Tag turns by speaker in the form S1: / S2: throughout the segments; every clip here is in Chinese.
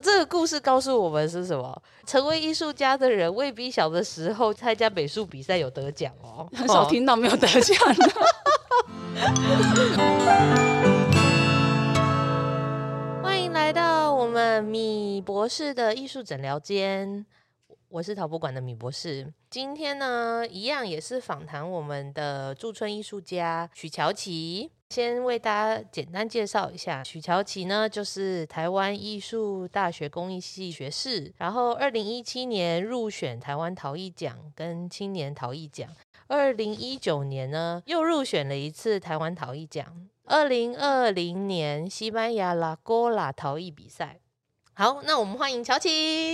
S1: 这个故事告诉我们是什么？成为艺术家的人未必小的时候参加美术比赛有得奖哦，
S2: 很少
S1: 哦
S2: 听到没有得奖的。
S1: 欢迎来到我们米博士的艺术诊疗间，我是陶博馆的米博士。今天呢，一样也是访谈我们的驻村艺术家许乔琪。先为大家简单介绍一下，许乔琪呢，就是台湾艺术大学工艺系学士，然后二零一七年入选台湾陶艺奖跟青年陶艺奖，二零一九年呢又入选了一次台湾陶艺奖，二零二零年西班牙拉戈拉陶艺比赛。好，那我们欢迎乔琪。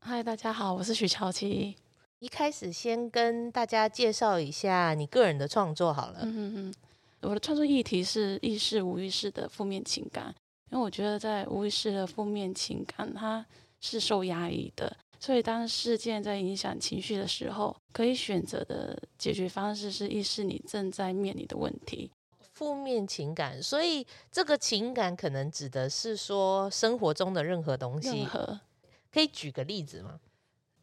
S2: 嗨，大家好，我是许乔琪。
S1: 一开始先跟大家介绍一下你个人的创作好了。
S2: 嗯嗯嗯，我的创作议题是意识无意识的负面情感，因为我觉得在无意识的负面情感，它是受压抑的，所以当事件在影响情绪的时候，可以选择的解决方式是意识你正在面临的问题。
S1: 负面情感，所以这个情感可能指的是说生活中的任何东
S2: 任
S1: 西。
S2: 何
S1: 可以举个例子吗？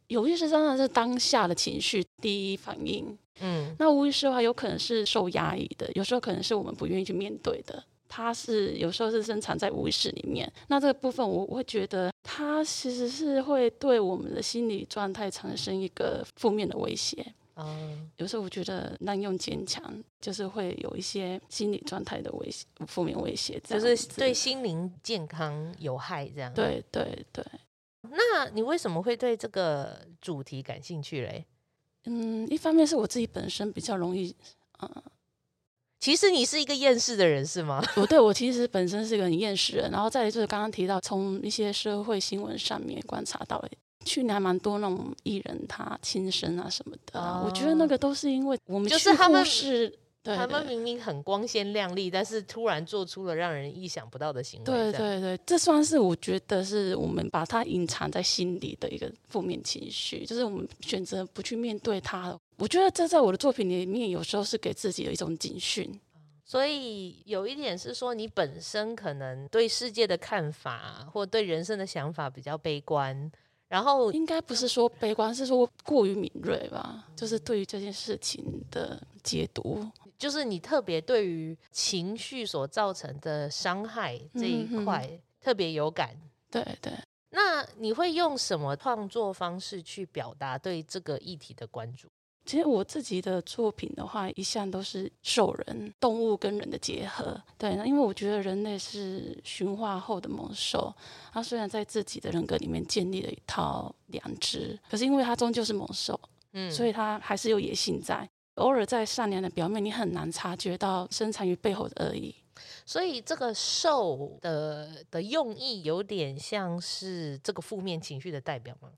S2: 有意识当然是当下的情绪第一反应，
S1: 嗯
S2: 那无意识的话，有可能是受压抑的，有时候可能是我们不愿意去面对的。它是有时候是深藏在无意识里面。那这个部分我，我会觉得它其实是会对我们的心理状态产生一个负面的威胁。
S1: 啊、
S2: 有时候我觉得滥用坚强，就是会有一些心理状态的威胁，负面威胁这
S1: 就
S2: 样子。
S1: 是对心灵健康有害这样。，
S2: 对对对，
S1: 那你为什么会对这个主题感兴趣嘞？
S2: 嗯，一方面是我自己本身比较容易，嗯、
S1: 其实你是一个厌世的人是吗？
S2: 我对我其实本身是个很厌世人，然后再来就是刚刚提到，从一些社会新闻上面观察到了。去年还蛮多那种艺人他轻生啊什么的啊、
S1: 哦
S2: 我觉得那个都是因为我们
S1: 就是
S2: 去
S1: 他们
S2: 忽视，对
S1: 他们
S2: 对
S1: 明明很光鲜亮丽，但是突然做出了让人意想不到的行为。
S2: 对
S1: 这样，
S2: 对对，这算是我觉得是我们把它隐藏在心里的一个负面情绪，就是我们选择不去面对它。我觉得这在我的作品里面，有时候是给自己的一种警讯。
S1: 所以有一点是说，你本身可能对世界的看法啊或对人生的想法比较悲观，然后
S2: 应该不是说悲观，是说过于敏锐吧，就是对于这件事情的解读。
S1: 就是你特别对于情绪所造成的伤害这一块、
S2: 嗯
S1: 特别有感。
S2: 对对，
S1: 那你会用什么创作方式去表达对这个议题的关注？
S2: 其实我自己的作品的话，一向都是兽人、动物跟人的结合。对，那因为我觉得人类是驯化后的猛兽，它虽然在自己的人格里面建立了一套良知，可是因为它终究是猛兽，
S1: 嗯
S2: 所以它还是有野性在。偶尔在善良的表面，你很难察觉到深藏于背后的恶意。
S1: 所以这个受的的用意有点像是这个负面情绪的代表吗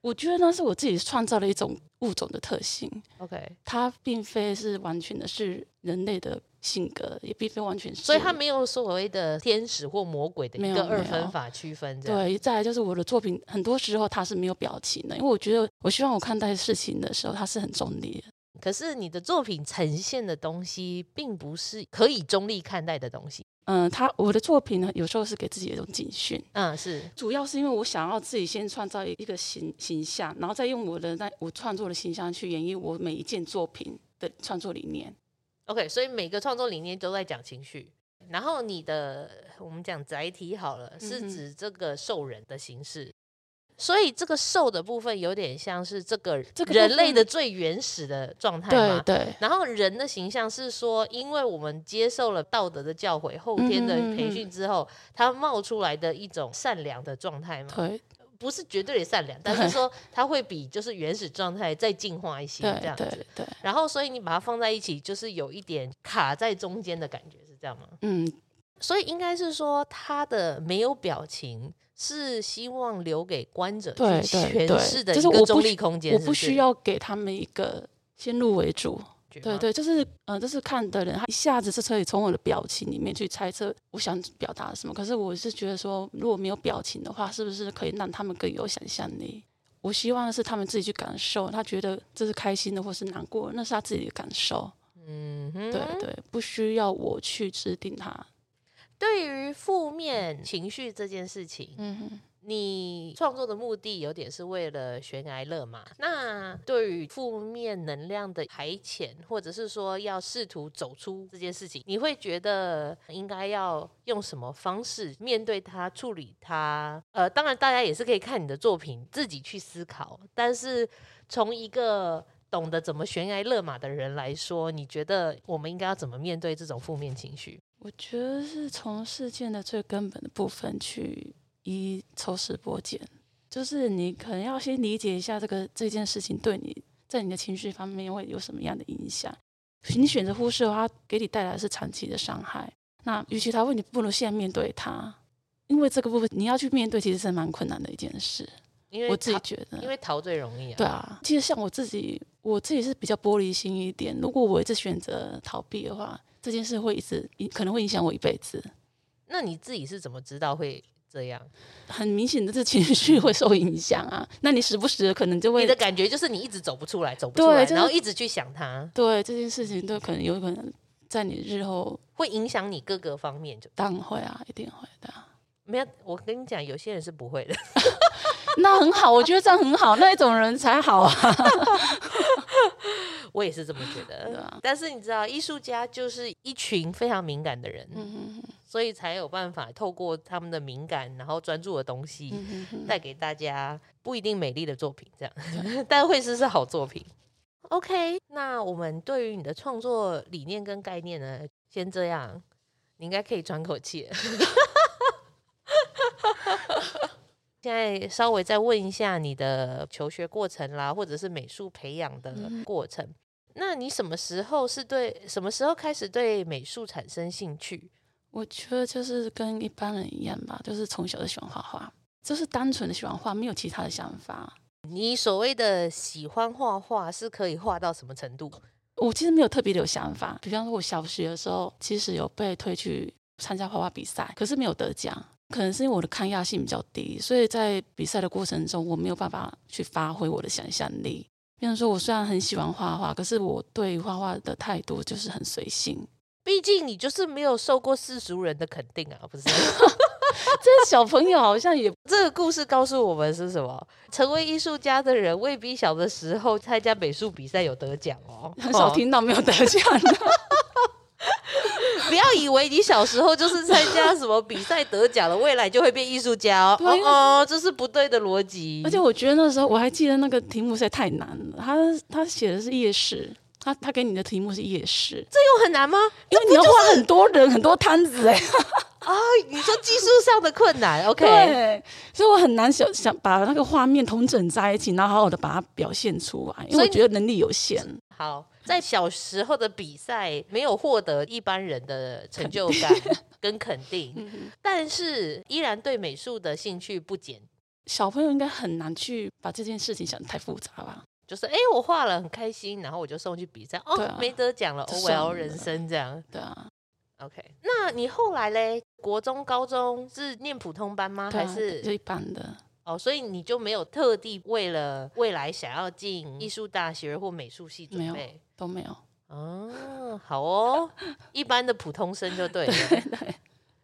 S2: 我觉得那是我自己创造了一种物种的特性。
S1: ？OK，
S2: 它并非是完全的是人类的性格，也并非完全是。
S1: 所以它没有所谓的天使或魔鬼的
S2: 没
S1: 一
S2: 有
S1: 个二
S2: 没有
S1: 分法区分，这样
S2: 对，再来就是我的作品，很多时候它是没有表情的，因为我觉得我希望我看待事情的时候，它是很中立的。
S1: 可是你的作品呈现的东西，并不是可以中立看待的东西。
S2: 嗯，它我的作品呢，有时候是给自己一种警讯，
S1: 嗯，是
S2: 主要是因为我想要自己先创造一个形形象，然后再用我的那我创作的形象去演绎我每一件作品的创作理念。
S1: OK，所以每个创作理念都在讲情绪。然后你的我们讲载体好了，是
S2: 嗯哼
S1: 指这个兽人的形式。所以这个兽的部分有点像是这个
S2: 这个部
S1: 人类的
S2: 分
S1: 最原始的状态
S2: 对
S1: 嘛。
S2: 对，
S1: 然后人的形象是说，因为我们接受了道德的教诲、后天的
S2: 嗯哼嗯
S1: 培
S2: 哼
S1: 训之后，它冒出来的一种善良的状态嘛。
S2: 对
S1: 不是绝对的善良，但是说它会比就是原始状态再进化一些
S2: 对
S1: 这样子
S2: 对。对，
S1: 然后，所以你把它放在一起，就是有一点卡在中间的感觉，是这样吗？
S2: 嗯，
S1: 所以应该是说，它的没有表情是希望留给观者去
S2: 对对
S1: 诠
S2: 对
S1: 释的
S2: 就
S1: 一
S2: 是我
S1: 个
S2: 不
S1: 中
S2: 需
S1: 立空间
S2: 我
S1: 是
S2: 不
S1: 是
S2: 需要给他们一个先入为主。
S1: 觉
S2: 对
S1: 吗
S2: 对，就是呃，就是看的人，他一下子是可以从我的表情里面去猜测我想表达什么。可是我是觉得说，如果没有表情的话，是不是可以让他们更有想象力？我希望的是他们自己去感受，他觉得这是开心的或是难过的，那是他自己的感受。
S1: 嗯哼，
S2: 对对，不需要我去制定他。
S1: 对于负面情绪这件事情，
S2: 嗯哼，
S1: 你创作的目的有点是为了悬崖勒马。那对于负面能量的排遣，或者是说要试图走出这件事情，你会觉得应该要用什么方式面对它、处理它？呃，当然大家也是可以看你的作品自己去思考，但是从一个懂得怎么悬崖勒马的人来说，你觉得我们应该要怎么面对这种负面情绪？
S2: 我觉得是从事件的最根本的部分去一一抽丝剥茧，就是你可能要先理解一下这个这件事情对你在你的情绪方面会有什么样的影响。你选择忽视的话，它给你带来的是长期的伤害。那与其它问题，不如现在面对它，因为这个部分你要去面对，其实是蛮困难的一件事。
S1: 因为
S2: 我自己
S1: 逃
S2: 觉得，
S1: 因为逃最容易啊。
S2: 对啊，其实像我自己，我自己是比较玻璃心一点。如果我一直选择逃避的话，这件事会一直影可能会影响我一辈子。
S1: 那你自己是怎么知道会这样？
S2: 很明显的，这情绪会受影响啊。那嗯你时不时的可能就
S1: 你
S2: 会
S1: 的感觉就是你一直走不出来，走不出
S2: 对
S1: 来，
S2: 就是
S1: 然后一直去想它，
S2: 对这件事情，都可能有可能在你日后
S1: 会影响你各个方面就。
S2: 当然会啊，一定会的啊、
S1: 没有，我跟你讲，有些人是不会的。
S2: 那很好，我觉得这样很好，那一种人才好啊。
S1: 我也是这么觉
S2: 对
S1: 得。
S2: 啊
S1: 但是你知道，艺术家就是一群非常敏感的人，
S2: 嗯哼
S1: 所以才有办法透过他们的敏感，然后专注的东西，
S2: 嗯哼哼
S1: 带给大家不一定美丽的作品，这样， 但会是是好作品。OK，那我们对于你的创作理念跟概念呢，先这样，你应该可以喘口气了。 现在稍微再问一下你的求学过程啦，或者是美术培养的过程。那你什么时候是对什么时候开始对美术产生兴趣？
S2: 我觉得就是跟一般人一样吧，就是从小就喜欢画画，就是单纯的喜欢画，没有其他的想法。
S1: 你所谓的喜欢画画是可以画到什么程度？
S2: 我其实没有特别的有想法。比方说，我小学的时候，其实有被推去参加画画比赛，可是没有得奖。可能是因为我的抗压性比较低，所以在比赛的过程中，我没有办法去发挥我的想象力。比方说，我虽然很喜欢画画，可是我对于画画的态度就是很随性。
S1: 毕竟你就是没有受过世俗人的肯定啊， 不是？
S2: 这小朋友好像也
S1: 这个故事告诉我们是什么？成为艺术家的人未必小的时候参加美术比赛有得奖哦，
S2: 很少
S1: 哦。
S2: 听到没有得奖的。
S1: 不要以为你小时候就是参加什么比赛得奖了，未来就会变艺术家哦。
S2: 对啊因为啊
S1: 哦哦，这是不对的逻辑。
S2: 而且我觉得那时候我还记得那个题目实在太难了，他他写的是夜市，他他给你的题目是夜市，
S1: 这有很难吗？
S2: 因为你要画很多人、很多摊子哎、
S1: 啊，你说技术上的困难，OK？
S2: 对，所以我很难想想把那个画面统整在一起，然后好好的把它表现出来，因
S1: 所
S2: 为
S1: 以
S2: 我觉得能力有限。
S1: 好，在小时候的比赛没有获得一般人的成就感 跟肯
S2: 嗯
S1: 定，但是依然对美术的兴趣不减。
S2: 小朋友应该很难去把这件事情想得太复杂吧？
S1: 就是哎、诶我画了很开心，然后我就送去比赛，哦，
S2: 对啊
S1: 没得奖了，
S2: 就
S1: 哦，我
S2: 算
S1: 要
S2: 了
S1: 人生这样。
S2: 对啊，
S1: OK，那你后来嘞，国中、高中是念普通班吗？
S2: 对啊
S1: 还是
S2: 就一般的。
S1: 哦，所以你就没有特地为了未来想要进艺术大学或美术系
S2: 没
S1: 准
S2: 有
S1: 备？
S2: 都没有，
S1: 哦，好哦，一般的普通生就 对了。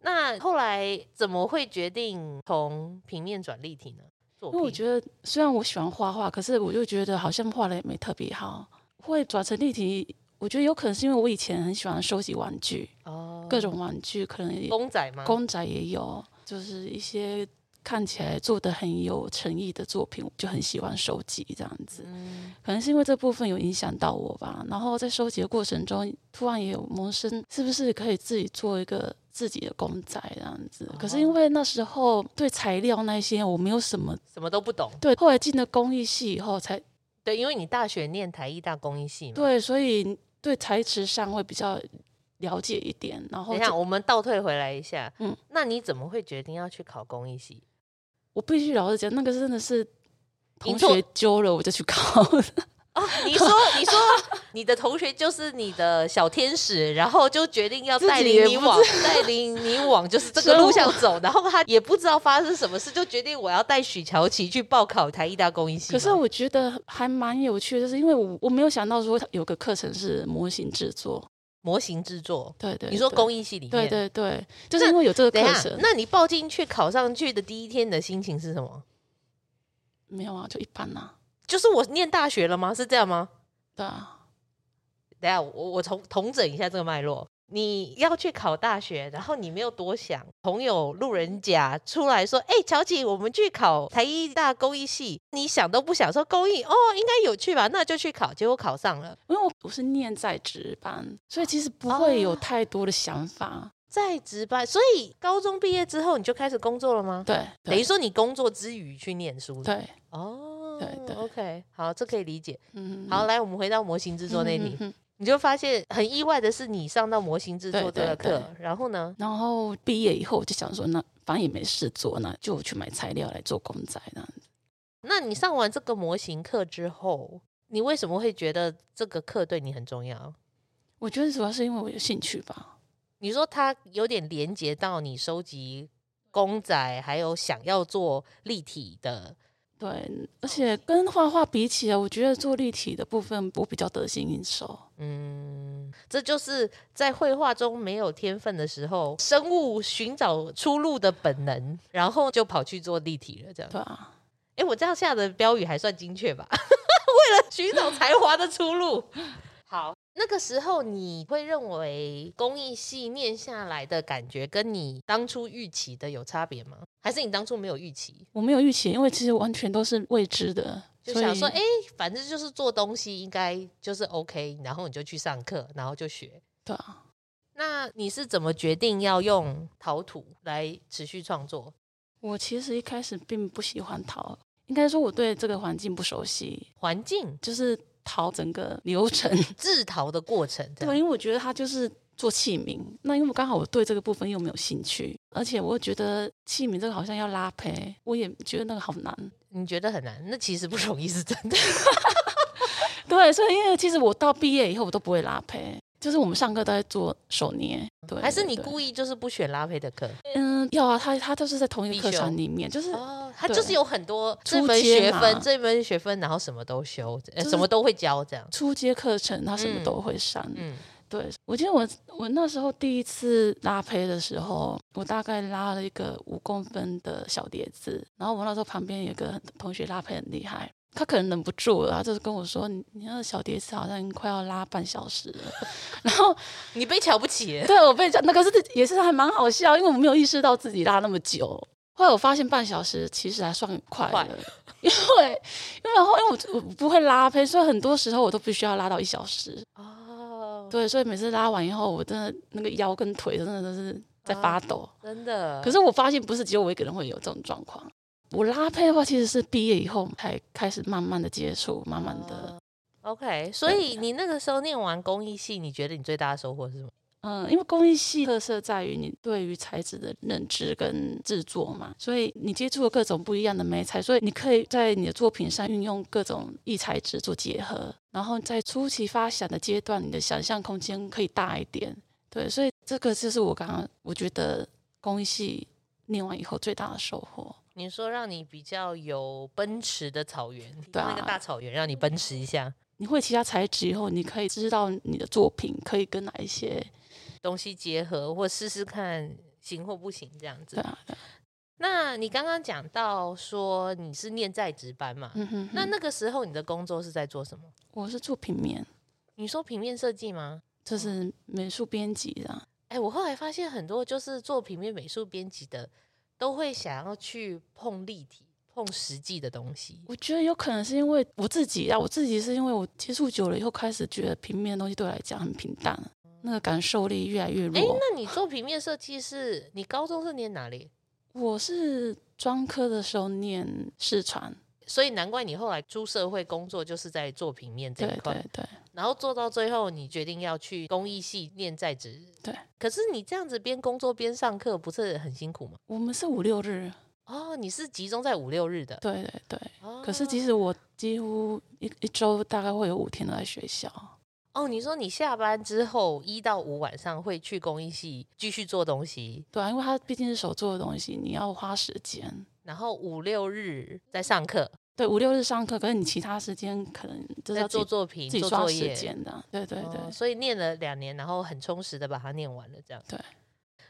S1: 那后来怎么会决定从平面转立体呢？作
S2: 因为我
S1: 品
S2: 觉得虽然我喜欢画画，可是我就觉得好像画的也没特别好。会转成立体，我觉得有可能是因为我以前很喜欢收集玩具，
S1: 哦，
S2: 各种玩具，可能也
S1: 公仔吗？
S2: 公仔也有，就是一些看起来做的很有诚意的作品，我就很喜欢收集这样子。
S1: 嗯
S2: 可能是因为这部分有影响到我吧。然后在收集的过程中，突然也有萌生是不是可以自己做一个自己的公仔这样子。可是
S1: 哦
S2: 因为那时候对材料那些我没有什么
S1: 什么都不懂。
S2: 对，后来进了工艺系以后才
S1: 对，因为你大学念台艺大工艺系嘛。
S2: 对，所以对材质上会比较了解一点。然后
S1: 等一
S2: 这
S1: 下，我们倒退回来一下。嗯
S2: 嗯，
S1: 那你怎么会决定要去考工艺系？
S2: 我必须老实讲，那个真的是
S1: 你
S2: 同
S1: 做
S2: 学揪了我就去考 的。啊
S1: 哦，你说，你说，你的同学就是你的小天使，然后就决定要
S2: 自己
S1: 带
S2: 也
S1: 领你
S2: 不
S1: 往，带领你往就是这
S2: 生
S1: 个路
S2: 活
S1: 上走，然后他也不知道发生什么事，就决定我要带许乔琪去报考台艺大工艺系
S2: 可
S1: 吗。
S2: 是我觉得还蛮有趣的，就是因为我我没有想到说它有个课程是模型制作，
S1: 模型制作。
S2: 对对，
S1: 你说
S2: 对
S1: 公益系里面，
S2: 对对对，就是
S1: 那
S2: 因为有这个
S1: 等一
S2: 课
S1: 下
S2: 程，，
S1: 那你报进去考上去的第一天，你的心情是什么？
S2: 没有啊，就一般啦、
S1: 就是我念大学了吗？是这样吗？
S2: 对啊，
S1: 等一下，我我重重整一下这个脉络。你要去考大学，然后你没有多想，朋友路人甲出来说：“哎、乔姐，我们去考台医大公益系。”你想都不想说公益哦，应该有趣吧？那就去考，结果考上了。
S2: 因为我我是念在职班，所以其实不会有
S1: 哦
S2: 太多的想法。
S1: 在职班，所以高中毕业之后你就开始工作了吗？
S2: 对，
S1: 等于
S2: 对
S1: 说你工作之余去念书。
S2: 对，
S1: 哦，
S2: 对对
S1: o k 好，这可以理解。
S2: 嗯，
S1: 好，来，我们回到模型制作那里
S2: 嗯，嗯嗯
S1: 你就发现很意外的是，你上到模型制作
S2: 对
S1: 这个
S2: 对
S1: 课，然后呢？
S2: 然后毕业以后，我就想说，那反正也没事做，那就去买材料来做公仔这样子。
S1: 那你上完这个模型课之后，你为什么会觉得这个课对你很重要？
S2: 我觉得主要是因为我有兴趣吧。
S1: 你说它有点连接到你收集公仔，还有想要做立体的，哦
S2: 对，而且跟画画比起来，我觉得做立体的部分我比较得心应手。
S1: 嗯，这就是在绘画中没有天分的时候，生物寻找出路的本能，然后就跑去做立体了。这样，
S2: 对啊，
S1: 诶，我这样下的标语还算精确吧？ 为了寻找才华的出路。好，那个时候你会认为公益系念下来的感觉跟你当初预期的有差别吗？还是你当初没有预期，
S2: 我没有预期，因为其实完全都是未知的，
S1: 就
S2: 所
S1: 想
S2: 以
S1: 说，诶，反正就是做东西应该就是 OK，然后你就去上课，然后就学。
S2: 对啊，
S1: 那你是怎么决定要用陶土来持续创作？
S2: 我其实一开始并不喜欢陶，应该说我对这个环境不熟悉，
S1: 环境
S2: 就是陶整个 流程。
S1: 制陶的过程，这
S2: 对，
S1: 样
S2: 因为我觉得它就是做器皿。那因为刚好我对这个部分又没有兴趣，而且我又觉得器皿这个好像要拉胚，我也觉得那个好难。
S1: 你觉得很难？那其实不容易，是真的。
S2: 对，所以因为其实我到毕业以后我都不会拉胚，就是我们上课都在做手捏。对，
S1: 还是
S2: 对
S1: 你
S2: 对
S1: 故意就是不选拉胚的课？
S2: 嗯要啊，他他就是在同一
S1: 必
S2: 个课
S1: 修
S2: 程里面，就是。
S1: 哦，它
S2: 对
S1: 就是有很多这
S2: 初
S1: 门
S2: 阶
S1: 学分，
S2: 嘛
S1: 这门学分，然后什么都修，呃
S2: 就是
S1: 什么都会教，这样。
S2: 初阶课程，他什么
S1: 嗯
S2: 都会上。
S1: 嗯，
S2: 对，我记得我我那时候第一次拉胚的时候，我大概拉了一个五公分的小碟子，然后我那时候旁边有一个同学拉胚很厉害，他可能忍不住了，他就是跟我说：“你你那个小碟子好像快要拉半小时了。” 然后
S1: 你被瞧不起耶，
S2: 对我被讲，那个是也是还蛮好笑，因为我没有意识到自己拉那么久。后来我发现半小时其实还算快
S1: 快
S2: 的， 因为因为后因为我我不会拉胚，所以很多时候我都必须要拉到一小时。
S1: 哦，
S2: 对，所以每次拉完以后，我真的那个腰跟腿真的都是在发抖。
S1: 真的。
S2: 可
S1: 是
S2: 是我发现不是只有我一个人会有这种状况。我拉胚的话，其实是毕业以后才开始慢慢的接触，慢慢的，
S1: OK，所以你那个时候念完工艺系，你觉得你最大的收获是什么？
S2: 嗯，因为工艺系特色在于你对于材质的认知跟制作嘛，所以你接触了各种不一样的媒材，所以你可以在你的作品上运用各种异材质做结合，然后在初期发想的阶段，你的想象空间可以大一点，对，所以这个就是我刚刚我觉得工艺系念完以后最大的收获，
S1: 你说让你比较有奔驰的草原，
S2: 对
S1: 那个
S2: 啊
S1: 大草原让你奔驰一下，
S2: 你会其他材质以后，你可以知道你的作品可以跟哪一些，
S1: 东西结合或试试看行或不行这样
S2: 对
S1: 子。
S2: 啊，对啊
S1: 那你刚刚讲到说你是念在职班嘛？
S2: 嗯哼哼，
S1: 那那个时候你的工作是在做什么？
S2: 我是做平面，
S1: 你说平面设计吗？
S2: 就是美术编辑这样。
S1: 哎、我后来发现很多就是做平面美术编辑的，都会想要去碰立体、碰实际的东西。
S2: 我觉得有可能是因为我自己啊，我自己是因为我接触久了以后，开始觉得平面的东西对我来讲很平淡，那个感受力越来越
S1: 哎、
S2: 弱。
S1: 那你做平面设计是你高中是念哪里？
S2: 我是专科的时候念视传，
S1: 所以难怪你后来出社会工作就是在做平面这
S2: 对
S1: 一块，
S2: 对对，
S1: 然后做到最后，你决定要去公益系念在职。
S2: 对。
S1: 可是你这样子边工作边上课，不是很辛苦吗？
S2: 我们是五六日，
S1: 哦，你是集中在五六日的。
S2: 对对对。
S1: 哦
S2: 可是即使我几乎一一周大概会有五天都在学校，
S1: 哦，你说你下班之后一到五晚上会去公益系继续做东西，
S2: 对啊，因为它毕竟是手做的东西，你要花时间。
S1: 然后五六日在上课。
S2: 对五六日上课，可是你其他时间可能就是
S1: 在
S2: 要自
S1: 做
S2: 己
S1: 作品、
S2: 自己
S1: 做
S2: 抓
S1: 作
S2: 时
S1: 业，
S2: 间的。对对对，
S1: 哦所以念了两年，然后很充实的把它念完了，这样
S2: 对。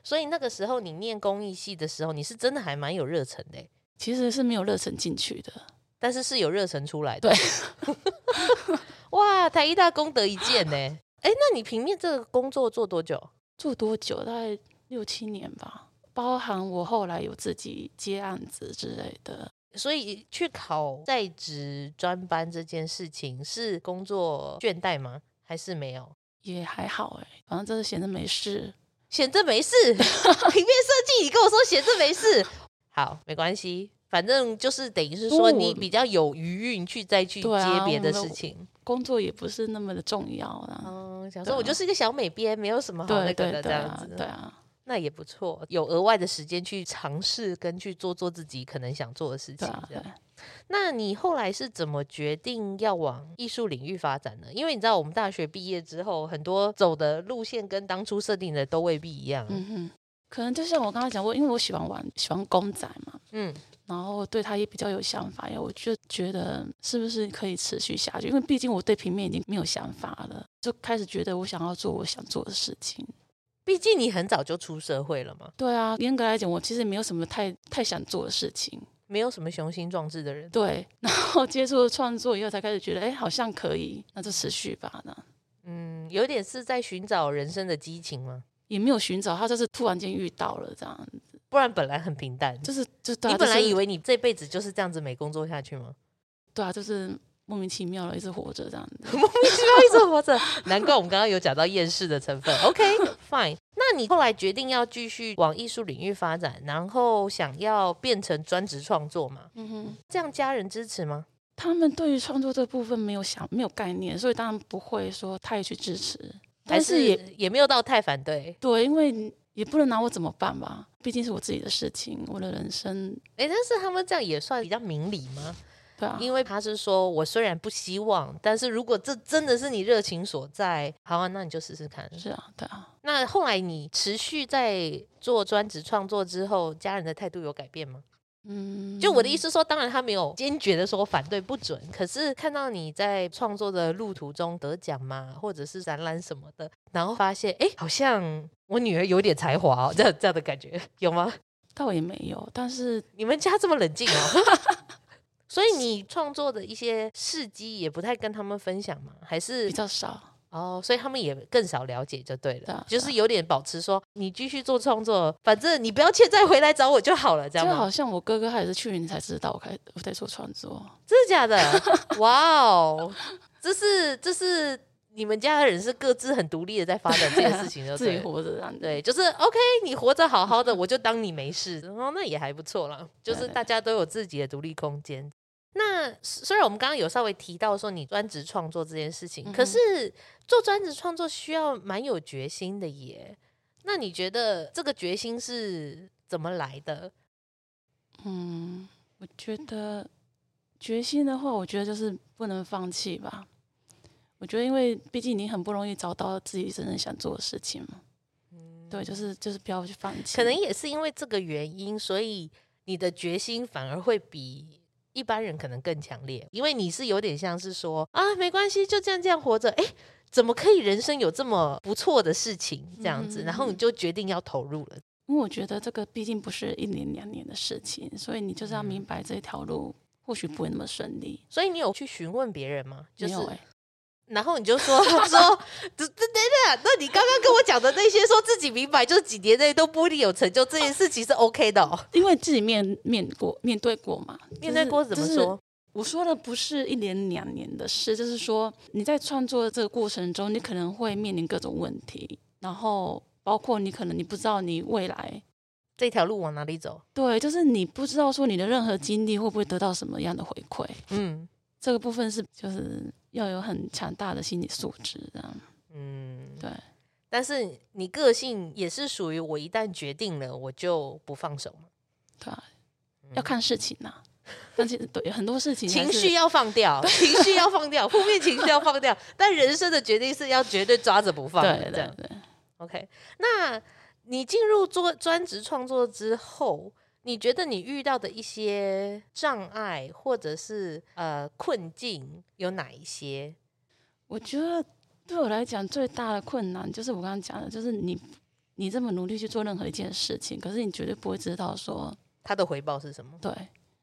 S1: 所以那个时候你念公益系的时候，你是真的还蛮有热忱的欸，
S2: 其实是没有热忱进去的。
S1: 但是是有热忱出来的。
S2: 对，
S1: 哇，台医大功德一件呢。 哎，那你平面这个工作做多久？
S2: 做多久？大概六七年吧，包含我后来有自己接案子之类的。
S1: 所以去考在职专班这件事情是工作倦怠吗？还是没有？
S2: 也还好哎、反正就是闲着没事。
S1: 闲着 没事，平面设计，你跟我说闲着没事，好，没关系，反正就是等于是说
S2: 哦
S1: 你比较有余韵去再去
S2: 对啊
S1: 接别的
S2: 我们
S1: 事情。
S2: 工作也不是那么的重要啦。
S1: 嗯，想
S2: 对
S1: 说我
S2: 啊
S1: 就是一个小美编，没有什么好那
S2: 对
S1: 个
S2: 对
S1: 的这
S2: 对
S1: 样
S2: 啊
S1: 子，，
S2: 对啊，
S1: 那也不错，有额外的时间去尝试跟去做做自己可能想做的事
S2: 对
S1: 情
S2: 啊，
S1: 这
S2: 对
S1: 样。。那你后来是怎么决定要往艺术领域发展呢？因为你知道，我们大学毕业之后，很多走的路线跟当初设定的都未必一样。啊
S2: 嗯哼，可能就像我刚才讲过，因为我喜欢玩，喜欢公仔嘛，
S1: 嗯
S2: 然后对它也比较有想法呀，我就觉得是不是可以持续下去？因为毕竟我对平面已经没有想法了，就开始觉得我想要做我想做的事情。
S1: 毕竟你很早就出社会了嘛，
S2: 对啊，严格来讲，我其实没有什么太太想做的事情。
S1: 没有什么雄心壮志的人。
S2: 对，然后接触了创作以后，才开始觉得，哎，好像可以，那就持续吧。那
S1: 嗯，有点是在寻找人生的激情吗？
S2: 也没有寻找，他就是突然间遇到了这样，
S1: 不然本来很平淡。
S2: 就是就对啊、
S1: 你本来
S2: 就是
S1: 以为你这辈子就是这样子没工作下去吗？
S2: 对啊，就是莫名其妙的一直活着这样子。
S1: 莫名其妙一直活着， 难怪我们刚刚有讲到厌世的成分。OK，fine、那你后来决定要继续往艺术领域发展，然后想要变成专职创作嘛？
S2: 嗯哼。
S1: 这样家人支持吗？
S2: 他们对于创作这部分没有想没有概念，所以当然不会说太去支持，
S1: 还
S2: 但是也
S1: 也没有到太反对。
S2: 对，因为你也不能拿我怎么办吧，毕竟是我自己的事情，我的人生，
S1: 诶，但是他们这样也算比较明理吗？
S2: 对啊，
S1: 因为他是说，我虽然不希望，但是如果这真的是你热情所在，好啊，那你就试试看。
S2: 是啊，对啊，
S1: 那后来你持续在做专职创作之后，家人的态度有改变吗？
S2: 嗯，
S1: 就我的意，思说，当然他没有坚决的说反对不准，可是看到你在创作的路途中得奖嘛，或者是展览什么的，然后发现哎，诶好像我女儿有点才华哦，这样这样的感觉有吗？
S2: 倒也没有，但是
S1: 你们家这么冷静哦。 所以你创作的一些事迹也不太跟他们分享嘛，还是
S2: 比较少，
S1: 哦，所以他们也更少了解就对
S2: 对
S1: 了
S2: 啊，
S1: 就
S2: 对啊
S1: 是有点保持说你继续做创作，反正你不要欠债回来找我就好了，这
S2: 就
S1: 样吗？
S2: 好像我哥哥他也是去年才知道我开我在做创作，
S1: 真的假的？ 哇哦，这是这是你们家的人是各自很独立的在发展这件事情就
S2: 自己
S1: 对了。
S2: 活着这样，
S1: 对，就是 OK，你活着好好的，我就当你没事，然后那也还不错啦。就是大家都有自己的独立空间。那虽然我们刚刚有稍微提到说你专职创作这件事情，
S2: 嗯哼
S1: 可是做专职创作需要蛮有决心的耶。那你觉得这个决心是怎么来的？
S2: 嗯，我觉得决心的话，我觉得就是不能放弃吧。我觉得，因为毕竟你很不容易找到自己真正想做的事情嘛。对，就是就是不要去放弃。
S1: 嗯可能也是因为这个原因，所以你的决心反而会比一般人可能更强烈，因为你是有点像是说啊，没关系，就这样这样活着，哎，怎么可以人生有这么不错的事情这样子？
S2: 嗯
S1: 然后你就决定要投入了。
S2: 因为我觉得这个毕竟不是一年两年的事情，所以你就是要
S1: 嗯
S2: 明白这条路或许不会那么顺利。
S1: 所以你有去询问别人吗？就是
S2: 没，有哎、
S1: 然后你就说 说，这这等等，那你刚刚跟我讲的那些，说自己明白就是几年内都不一定有成就这件事情是 OK 的、 哦。
S2: 因为自己面面过面对过嘛。
S1: 面对过怎么
S2: 就是
S1: 说？
S2: 我说的不是一年两年的事，就是说你在创作的这个过程中，你可能会面临各种问题，然后包括你可能你不知道你未来，
S1: 这条路往哪里走？
S2: 对，就是你不知道说你的任何经历会不会得到什么样的回馈，
S1: 嗯
S2: 这个部分是就是要有很强大的心理素质这样。
S1: 嗯，
S2: 对，
S1: 但是你个性也是属于我一旦决定了，我就不放手嘛，
S2: 对啊，要看事情呐、啊但是对很多事情还
S1: 情
S2: 是
S1: 绪要放掉，情绪要放掉，负面情绪要放掉，但人生的决定是要绝对抓着不放的。
S2: 对
S1: 这
S2: 对
S1: 样
S2: 对，
S1: OK，那你进入做专职创作之后，你觉得你遇到的一些障碍或者是呃困境有哪一些？
S2: 我觉得对我来讲最大的困难就是我刚刚讲的，就是你你这么努力去做任何一件事情，可是你绝对不会知道说
S1: 它的回报是什么？
S2: 对，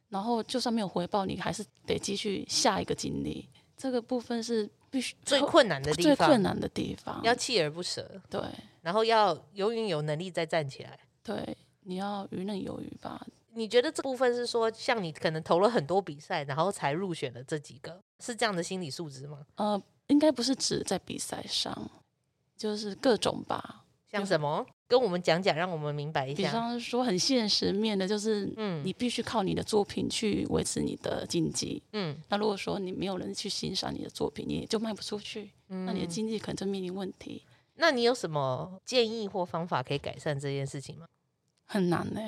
S2: 然后就算没有回报，你还是得继续下一个经历。这个部分是必须
S1: 最困难的地
S2: 最
S1: 方，
S2: 困难的地方。
S1: 要锲而不舍，
S2: 对
S1: 然后要游云有能力再站起来。
S2: 对，你要游刃有余吧。
S1: 你觉得这部分是说，像你可能投了很多比赛，然后才入选了这几个，是这样的心理素质吗？
S2: 呃，应该不是指在比赛上，就是各种吧。
S1: 像
S2: 有
S1: 什么？跟我们讲讲，让我们明白一
S2: 比
S1: 下。
S2: 方说很现实面的，就是
S1: 嗯
S2: 你必须靠你的作品去维持你的经济。
S1: 嗯，
S2: 那如果说你没有人去欣赏你的作品，你也就卖不出去，那你的经济可能就面临问题，
S1: 嗯那你有什么建议或方法可以改善这件事情吗？
S2: 很难呢、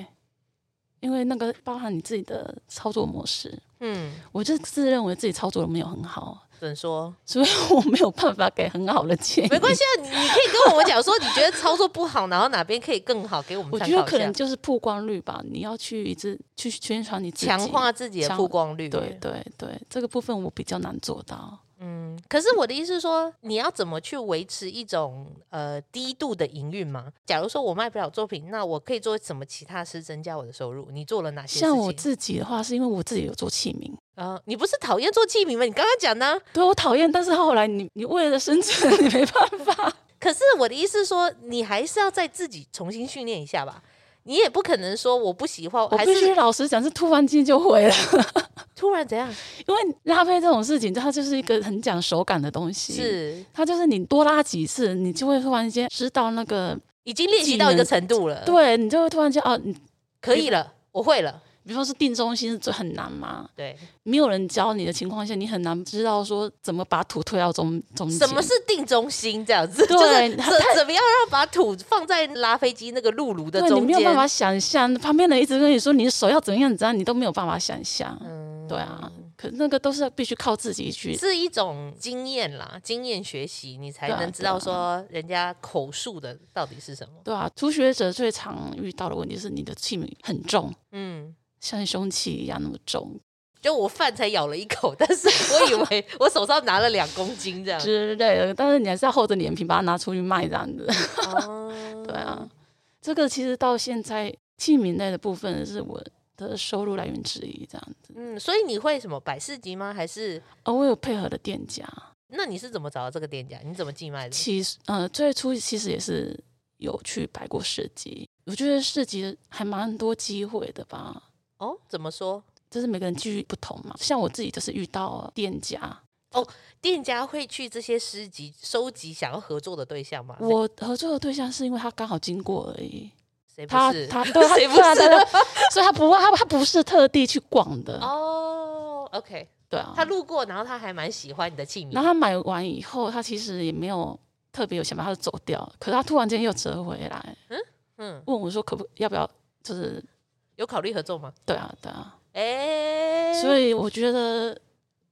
S2: 因为那个包含你自己的操作模式，
S1: 嗯，
S2: 我就自认为自己操作的没有很好，
S1: 准 说，
S2: 所以我没有办法给很好的建议。
S1: 没关系啊，你你可以跟我们讲说，你觉得操作不好，然后哪边可以更好，给我们
S2: 我
S1: 参
S2: 觉得
S1: 考
S2: 可能
S1: 一下，
S2: 就是曝光率吧，你要去一直去宣传你自己，
S1: 强化自己的
S2: 强
S1: 曝光率。
S2: 对对对，这个部分我比较难做到。
S1: 嗯，可是我的意思是说，你要怎么去维持一种呃低度的营运嘛？假如说我卖不了作品，那我可以做什么其他事增加我的收入？你做了哪些事情？
S2: 像我自己的话，是因为我自己有做器皿，
S1: 呃，你不是讨厌做器皿吗？你刚刚讲啊呢？
S2: 对我讨厌，但是后来你你为了生存， 你没办法。
S1: 可是我的意思是说，你还是要再自己重新训练一下吧。你也不可能说我不喜欢，
S2: 我
S1: 还
S2: 必须
S1: 是
S2: 老实讲，是突然间就会了，
S1: 突然怎样？
S2: 因为拉胚这种事情，它就是一个很讲手感的东西。。
S1: 是
S2: 它就是你多拉几次，你就会突然间知道那个，
S1: 已经练习到一个程度了，，
S2: 对你就会突然间哦，你
S1: 可以了，我会了。
S2: 比方说定中心是最很难嘛，
S1: 对，
S2: 没有人教你的情况下，你很难知道说怎么把土推到中中间。
S1: 什么是定中心这样子？
S2: 对
S1: 就是
S2: 它
S1: 怎怎么样让把土放在拉飞机那个路炉的
S2: 对你
S1: 中
S2: 没有办法
S1: 间？
S2: 想象，旁边人一直跟你说你的手要怎样怎样，你都没有办法想象。
S1: 嗯
S2: 对啊，可那个都是必须靠自己去。
S1: 是一种经验啦，经验学习，你才
S2: 对啊
S1: 能知道
S2: 对
S1: 说人家口述的到底是什么。
S2: 对啊，初学者最常遇到的问题是你的器皿很重，
S1: 嗯，
S2: 像凶器一样那么重
S1: 就我饭才咬了一口，但是我以 为我手上拿了两公斤这样。
S2: 之类的，但是你还是要厚着脸皮把它拿出去卖这样子。
S1: 哦
S2: 对啊，，这个其实到现在器皿类的部分是我的收入来源之一这样子。
S1: 嗯，所以你会什么百事集吗？还是
S2: 哦，我有配合的店家，
S1: 那你是怎么找到这个店家？你怎么寄卖的？
S2: 其实呃最初其实也是有去摆过市集，我觉得市集还蛮多机会的吧，
S1: 哦，怎么说？
S2: 就是每个人机遇不同嘛。像我自己就是遇到店家，
S1: 店家会去这些诗集收集想要合作的对象吗？
S2: 我合作的对象是因为他刚好经过而已，
S1: 谁不
S2: 他
S1: 是？
S2: 他对他
S1: 谁不
S2: 对啊
S1: 是
S2: 对啊对啊 所以他不他他不是特地去逛的，
S1: 哦，OK，
S2: 对啊
S1: 他。路过，然后他还蛮喜欢你的器
S2: 然
S1: 皿。
S2: 后他买完以后，他其实也没有特别有想法，他就走掉了。可是他突然间又折回来，
S1: 嗯，
S2: 问我说可不要不要，就是
S1: 有考虑合作吗？
S2: 对啊对啊，
S1: 哎、
S2: 所以我觉得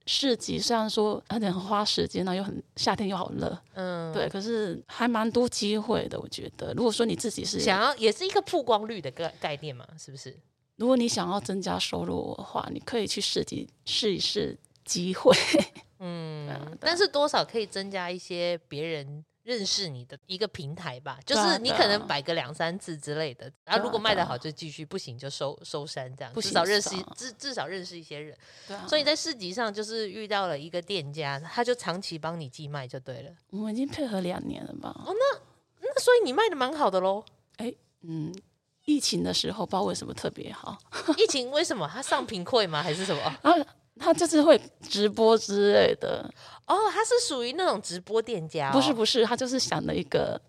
S2: 市集虽然说有点花时间，然后又很夏天又好热，
S1: 嗯
S2: 对，，可是还蛮多机会的。我觉得，如果说你自己是
S1: 想，要也是一个曝光率的概概念嘛，是不是？
S2: 如果你想要增加收入的话，你可以去市集试一试机会。 对啊
S1: 嗯
S2: 对啊，
S1: 但是多少可以增加一些别人认识你的一个平台吧，就
S2: 对啊
S1: 是你
S2: 对啊
S1: 可能摆个两三次之类的，然后
S2: 对啊
S1: 如果卖得
S2: 对啊
S1: 好就继续，不行就收收山这样，
S2: 不
S1: 至
S2: 行
S1: 少
S2: 就
S1: 认识
S2: 算了
S1: 至至少认识一些人。
S2: 对啊
S1: 所以在市集上就是遇到了一个店家，他就长期帮你寄卖就对了。
S2: 我们已经配合两年了吧？
S1: 那所以你卖的蛮好的喽。
S2: 嗯，疫情的时候不知道为什么特别好，
S1: 疫情为什么他上贫困吗？还是什 么？
S2: 然后他就是会直播之类的，
S1: 哦，他是属于那种直播店家哦、
S2: 不是不是，他就是想了一个，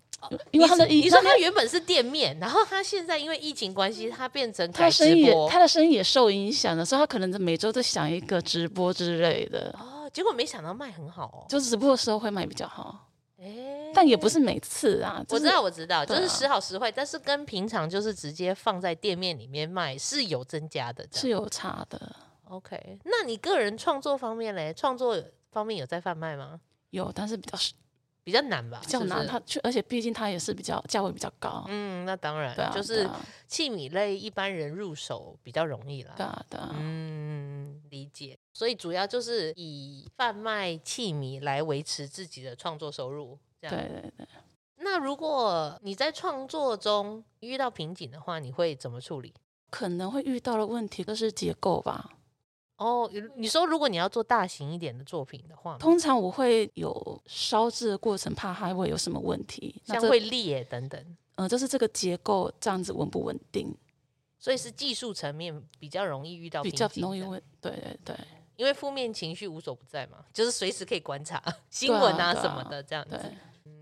S2: 因为他的
S1: 你说
S2: 他的嗯
S1: 他原本是店面，然后他现在因为疫情关系，他变成
S2: 他
S1: 改
S2: 的生
S1: 直
S2: 意也
S1: 播。
S2: 他的生意也受影响了，所以他可能每周都想一个直播之类的，
S1: 哦，结果没想到卖很好哦。
S2: 就直播的时候会卖比较好，
S1: 哎
S2: 但也不是每次啊。
S1: 我
S2: 就是
S1: 知道，我知道，就是
S2: 对啊
S1: 时好时坏，但是跟平常就是直接放在店面里面卖是有增加的。这
S2: 是
S1: 样
S2: 有差的，
S1: OK，那你个人创作方面嘞，创作方面有在贩卖吗？
S2: 有，但是比较少
S1: 比较难吧？
S2: 比较
S1: 是不
S2: 难，
S1: 是
S2: 它确而且毕竟它也是比较价位比较高，
S1: 嗯，那当然，
S2: 对啊，
S1: 就是
S2: 对啊
S1: 器皿类一般人入手比较容易啦。
S2: 对啊，对啊
S1: 嗯，理解。所以主要就是以贩卖器皿来维持自己的创作收入。这
S2: 对
S1: 样。
S2: 对对。
S1: 那如果你在创作中遇到瓶颈的话，你会怎么处理？
S2: 可能会遇到的问题就是结构吧。
S1: 哦，你你说如果你要做大型一点的作品的话，
S2: 通常我会有烧制的过程，怕它会有什么问题。那
S1: 像
S2: 这
S1: 会裂等等，
S2: 呃，就是这个结构这样子稳不稳定，
S1: 所以是技术层面比较容易遇到
S2: 比
S1: 瓶
S2: 较
S1: 颈
S2: 容易
S1: 的
S2: 问。对对对
S1: 因为负面情绪无所不在嘛，就是随时可以观察新
S2: 对啊
S1: 闻啊
S2: 对
S1: 什么
S2: 啊
S1: 的这样子。
S2: 对。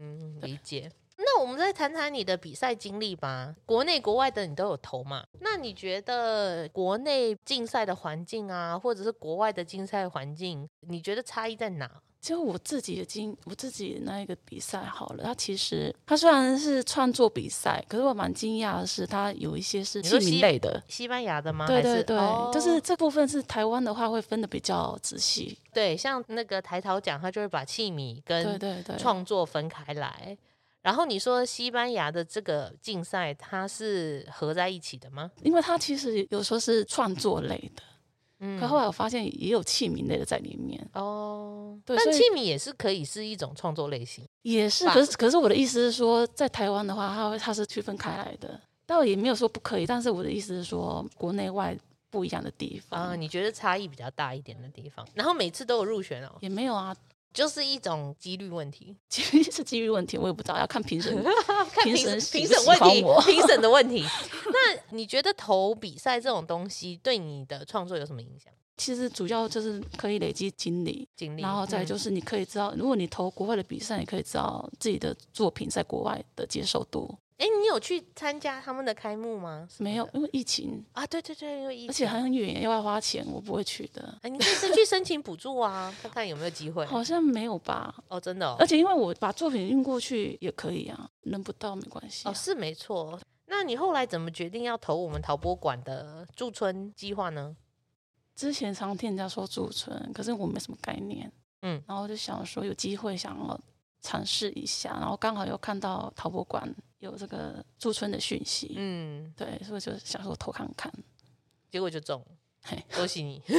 S1: 嗯，
S2: 对
S1: 理解。那我们再谈谈你的比赛经历吧，国内国外的你都有投嘛？那你觉得国内竞赛的环境啊，或者是国外的竞赛环境，你觉得差异在哪？
S2: 就我自己的经，我自己那一个比赛好了，它其实它虽然是创作比赛，可是我蛮惊讶的是，它有一些是
S1: 你
S2: 器
S1: 说
S2: 皿
S1: 西
S2: 类的。
S1: 西班牙的吗？
S2: 对
S1: 还
S2: 对
S1: 是
S2: 对，
S1: 哦
S2: 就是这部分是台湾的话会分的比较仔细。
S1: 对，像那个台桃奖，他就会把器皿
S2: 对
S1: 跟
S2: 对对，
S1: 创作分开来。然后你说西班牙的这个竞赛，它是合在一起的吗？
S2: 因为它其实有时候是创作类的，
S1: 嗯
S2: 可后来我发现也有器皿类的在里面，
S1: 哦，
S2: 对
S1: 但
S2: 所以
S1: 器皿也是可以是一种创作类型。
S2: 也是。
S1: 吧
S2: 可是可是我的意思是说，在台湾的话，它会它是区分开来的，倒也没有说不可以，但是我的意思是说，国内外不一样的地
S1: 啊、
S2: 方、
S1: 你觉得差异比较大一点的地方，然后每次都有入选哦，
S2: 也没有啊，
S1: 就是一种几率问题，
S2: 其实是机遇问题，我也不知道，要看评审。
S1: 看
S2: 评
S1: 评审
S2: 审喜
S1: 评
S2: 不
S1: 审
S2: 喜
S1: 问
S2: 欢
S1: 题
S2: 我，
S1: 评审的问 题。那你觉得投比赛这种东西对你的创作有什么影响？
S2: 其实主要就是可以累积经历，
S1: 经历，
S2: 然后再
S1: 嗯
S2: 就是你可以知道，如果你投国外的比赛，你可以知道自己的作品在国外的接受度。
S1: 哎、你有去参加他们的开幕吗？什么
S2: 没有
S1: 的，
S2: 因为疫情，
S1: 啊，对对对，因为疫
S2: 而且
S1: 情
S2: 很远，又要花钱，我不会去的。
S1: 哎你这次去申请补助啊，看看有没有机会。
S2: 好像没有吧？
S1: 哦，真的哦
S2: 而，且因为我把作品运过去也可以啊，轮不到没关系啊、
S1: 哦是没错。那你后来怎么决定要投我们陶博馆的驻村计划呢？
S2: 之前常听人家说驻村，可是我没什么概念，
S1: 嗯，
S2: 然后就想说有机会想要尝试一下，然后刚好又看到陶博馆有这个驻村的讯息，
S1: 嗯，
S2: 对，所以就想说偷看看。
S1: 结果就中了。
S2: 嘿，
S1: 恭喜你。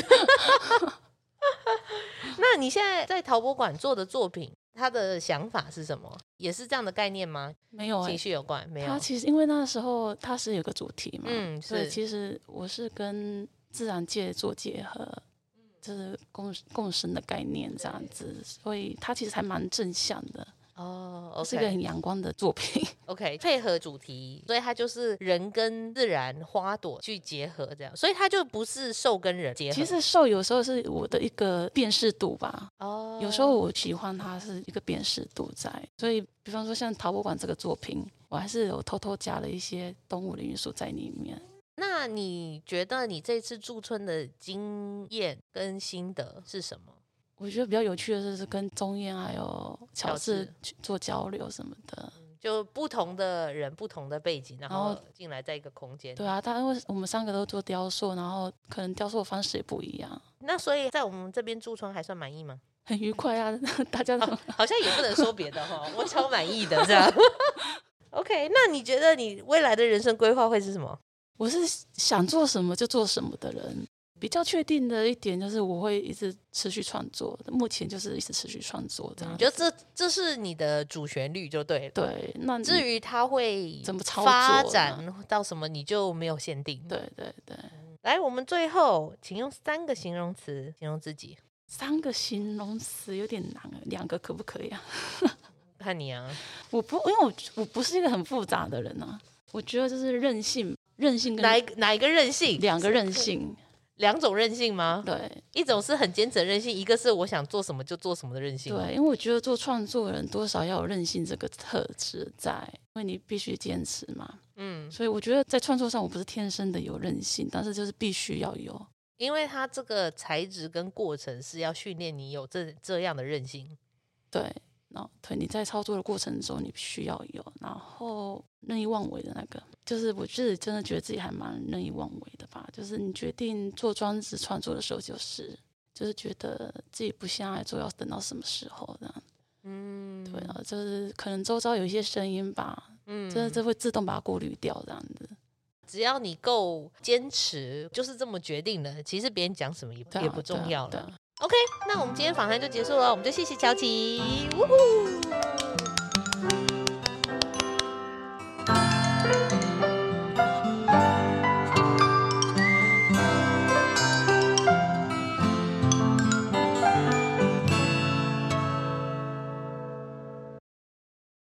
S1: 那你现在在陶博馆做的作品，他的想法是什么？也是这样的概念吗？
S2: 没有哎、
S1: 情绪有关没
S2: 他
S1: 有？
S2: 其实因为那时候他是有个主题嘛，
S1: 嗯
S2: 所以
S1: 是
S2: 其实我是跟自然界做结合，
S1: 嗯
S2: 就是共共生的概念这样子，所以它其实还蛮正向的，
S1: 哦
S2: 是一个
S1: ，OK
S2: 很阳光的作品。
S1: OK，配合主题，所以它就是人跟自然花朵去结合这样，所以它就不是兽跟人结合。
S2: 其实兽有时候是我的一个辨识度吧，
S1: 哦，
S2: 有时候我喜欢它是一个辨识度在，所以比方说像陶博馆这个作品，我还是有偷偷加了一些动物的元素在里面。
S1: 那你觉得你这次驻村的经验跟心得是什么？
S2: 我觉得比较有趣的是，是跟钟燕还有
S1: 乔
S2: 乔治
S1: 治
S2: 去做交流什么的。
S1: 就不同的人、不同的背景，然
S2: 然后
S1: 后进来在一个空间。
S2: 哦对啊，他因为我们三个都做雕塑，然后可能雕塑方式也不一样，
S1: 那所以在我们这边驻村还算满意吗？哦
S2: 很愉快啊， 大家都
S1: 好像也不能说别的哈，我超满意的这样。OK，那你觉得你未来的人生规划会是什么？
S2: 我是想做什么就做什么的人。比较确定的一点就是，我会一直持续创作。目前就是一直持续创作这样
S1: 你
S2: 子。
S1: 觉得这这是你的主旋律就对了。
S2: 对，那
S1: 至
S2: 于
S1: 于它会
S2: 怎么操作
S1: 发
S2: 呢
S1: 展到什么，你就没有限定。
S2: 对对对，
S1: 来，我们最后请用三个形容词形容自己。
S2: 三个形容词有点难啊，两个可不可以啊？
S1: 看你啊，
S2: 我不，因为我我不是一个很复杂的人啊。我觉得就是任性，任性
S1: 哪一
S2: 跟
S1: 个哪一个任性？
S2: 两个任性，
S1: 两种任性吗？
S2: 对
S1: 一种是很坚持的任性，一个是我想做什么就做什么的任性。
S2: 对，因为我觉得做创作的人多少要有任性这个特质在，因为你必须坚持嘛。
S1: 嗯，
S2: 所以我觉得在创作上我不是天生的有任性，但是就是必须要有。
S1: 因为它这个材质跟过程是要训练你有这这样的韧性。
S2: 对，然后对你在操作的过程中，你需要有，然后任意妄为的那个，就是我自己真的觉得自己还蛮任意妄为的吧。就是你决定做装置创作的时候，就是就是觉得自己不现在做，要等到什么时候这样。
S1: 嗯，
S2: 对，对啊，就是可能周遭有一些声音吧，
S1: 嗯
S2: 真的这会自动把它过滤掉这样子。
S1: 只要你够坚持，就是这么决定了。其实别人讲什么也、
S2: 对啊
S1: 也不重要
S2: 对
S1: 了
S2: 啊。对啊
S1: OK，那我们今天访谈就结束了，我们就谢谢乔琪，呜呼。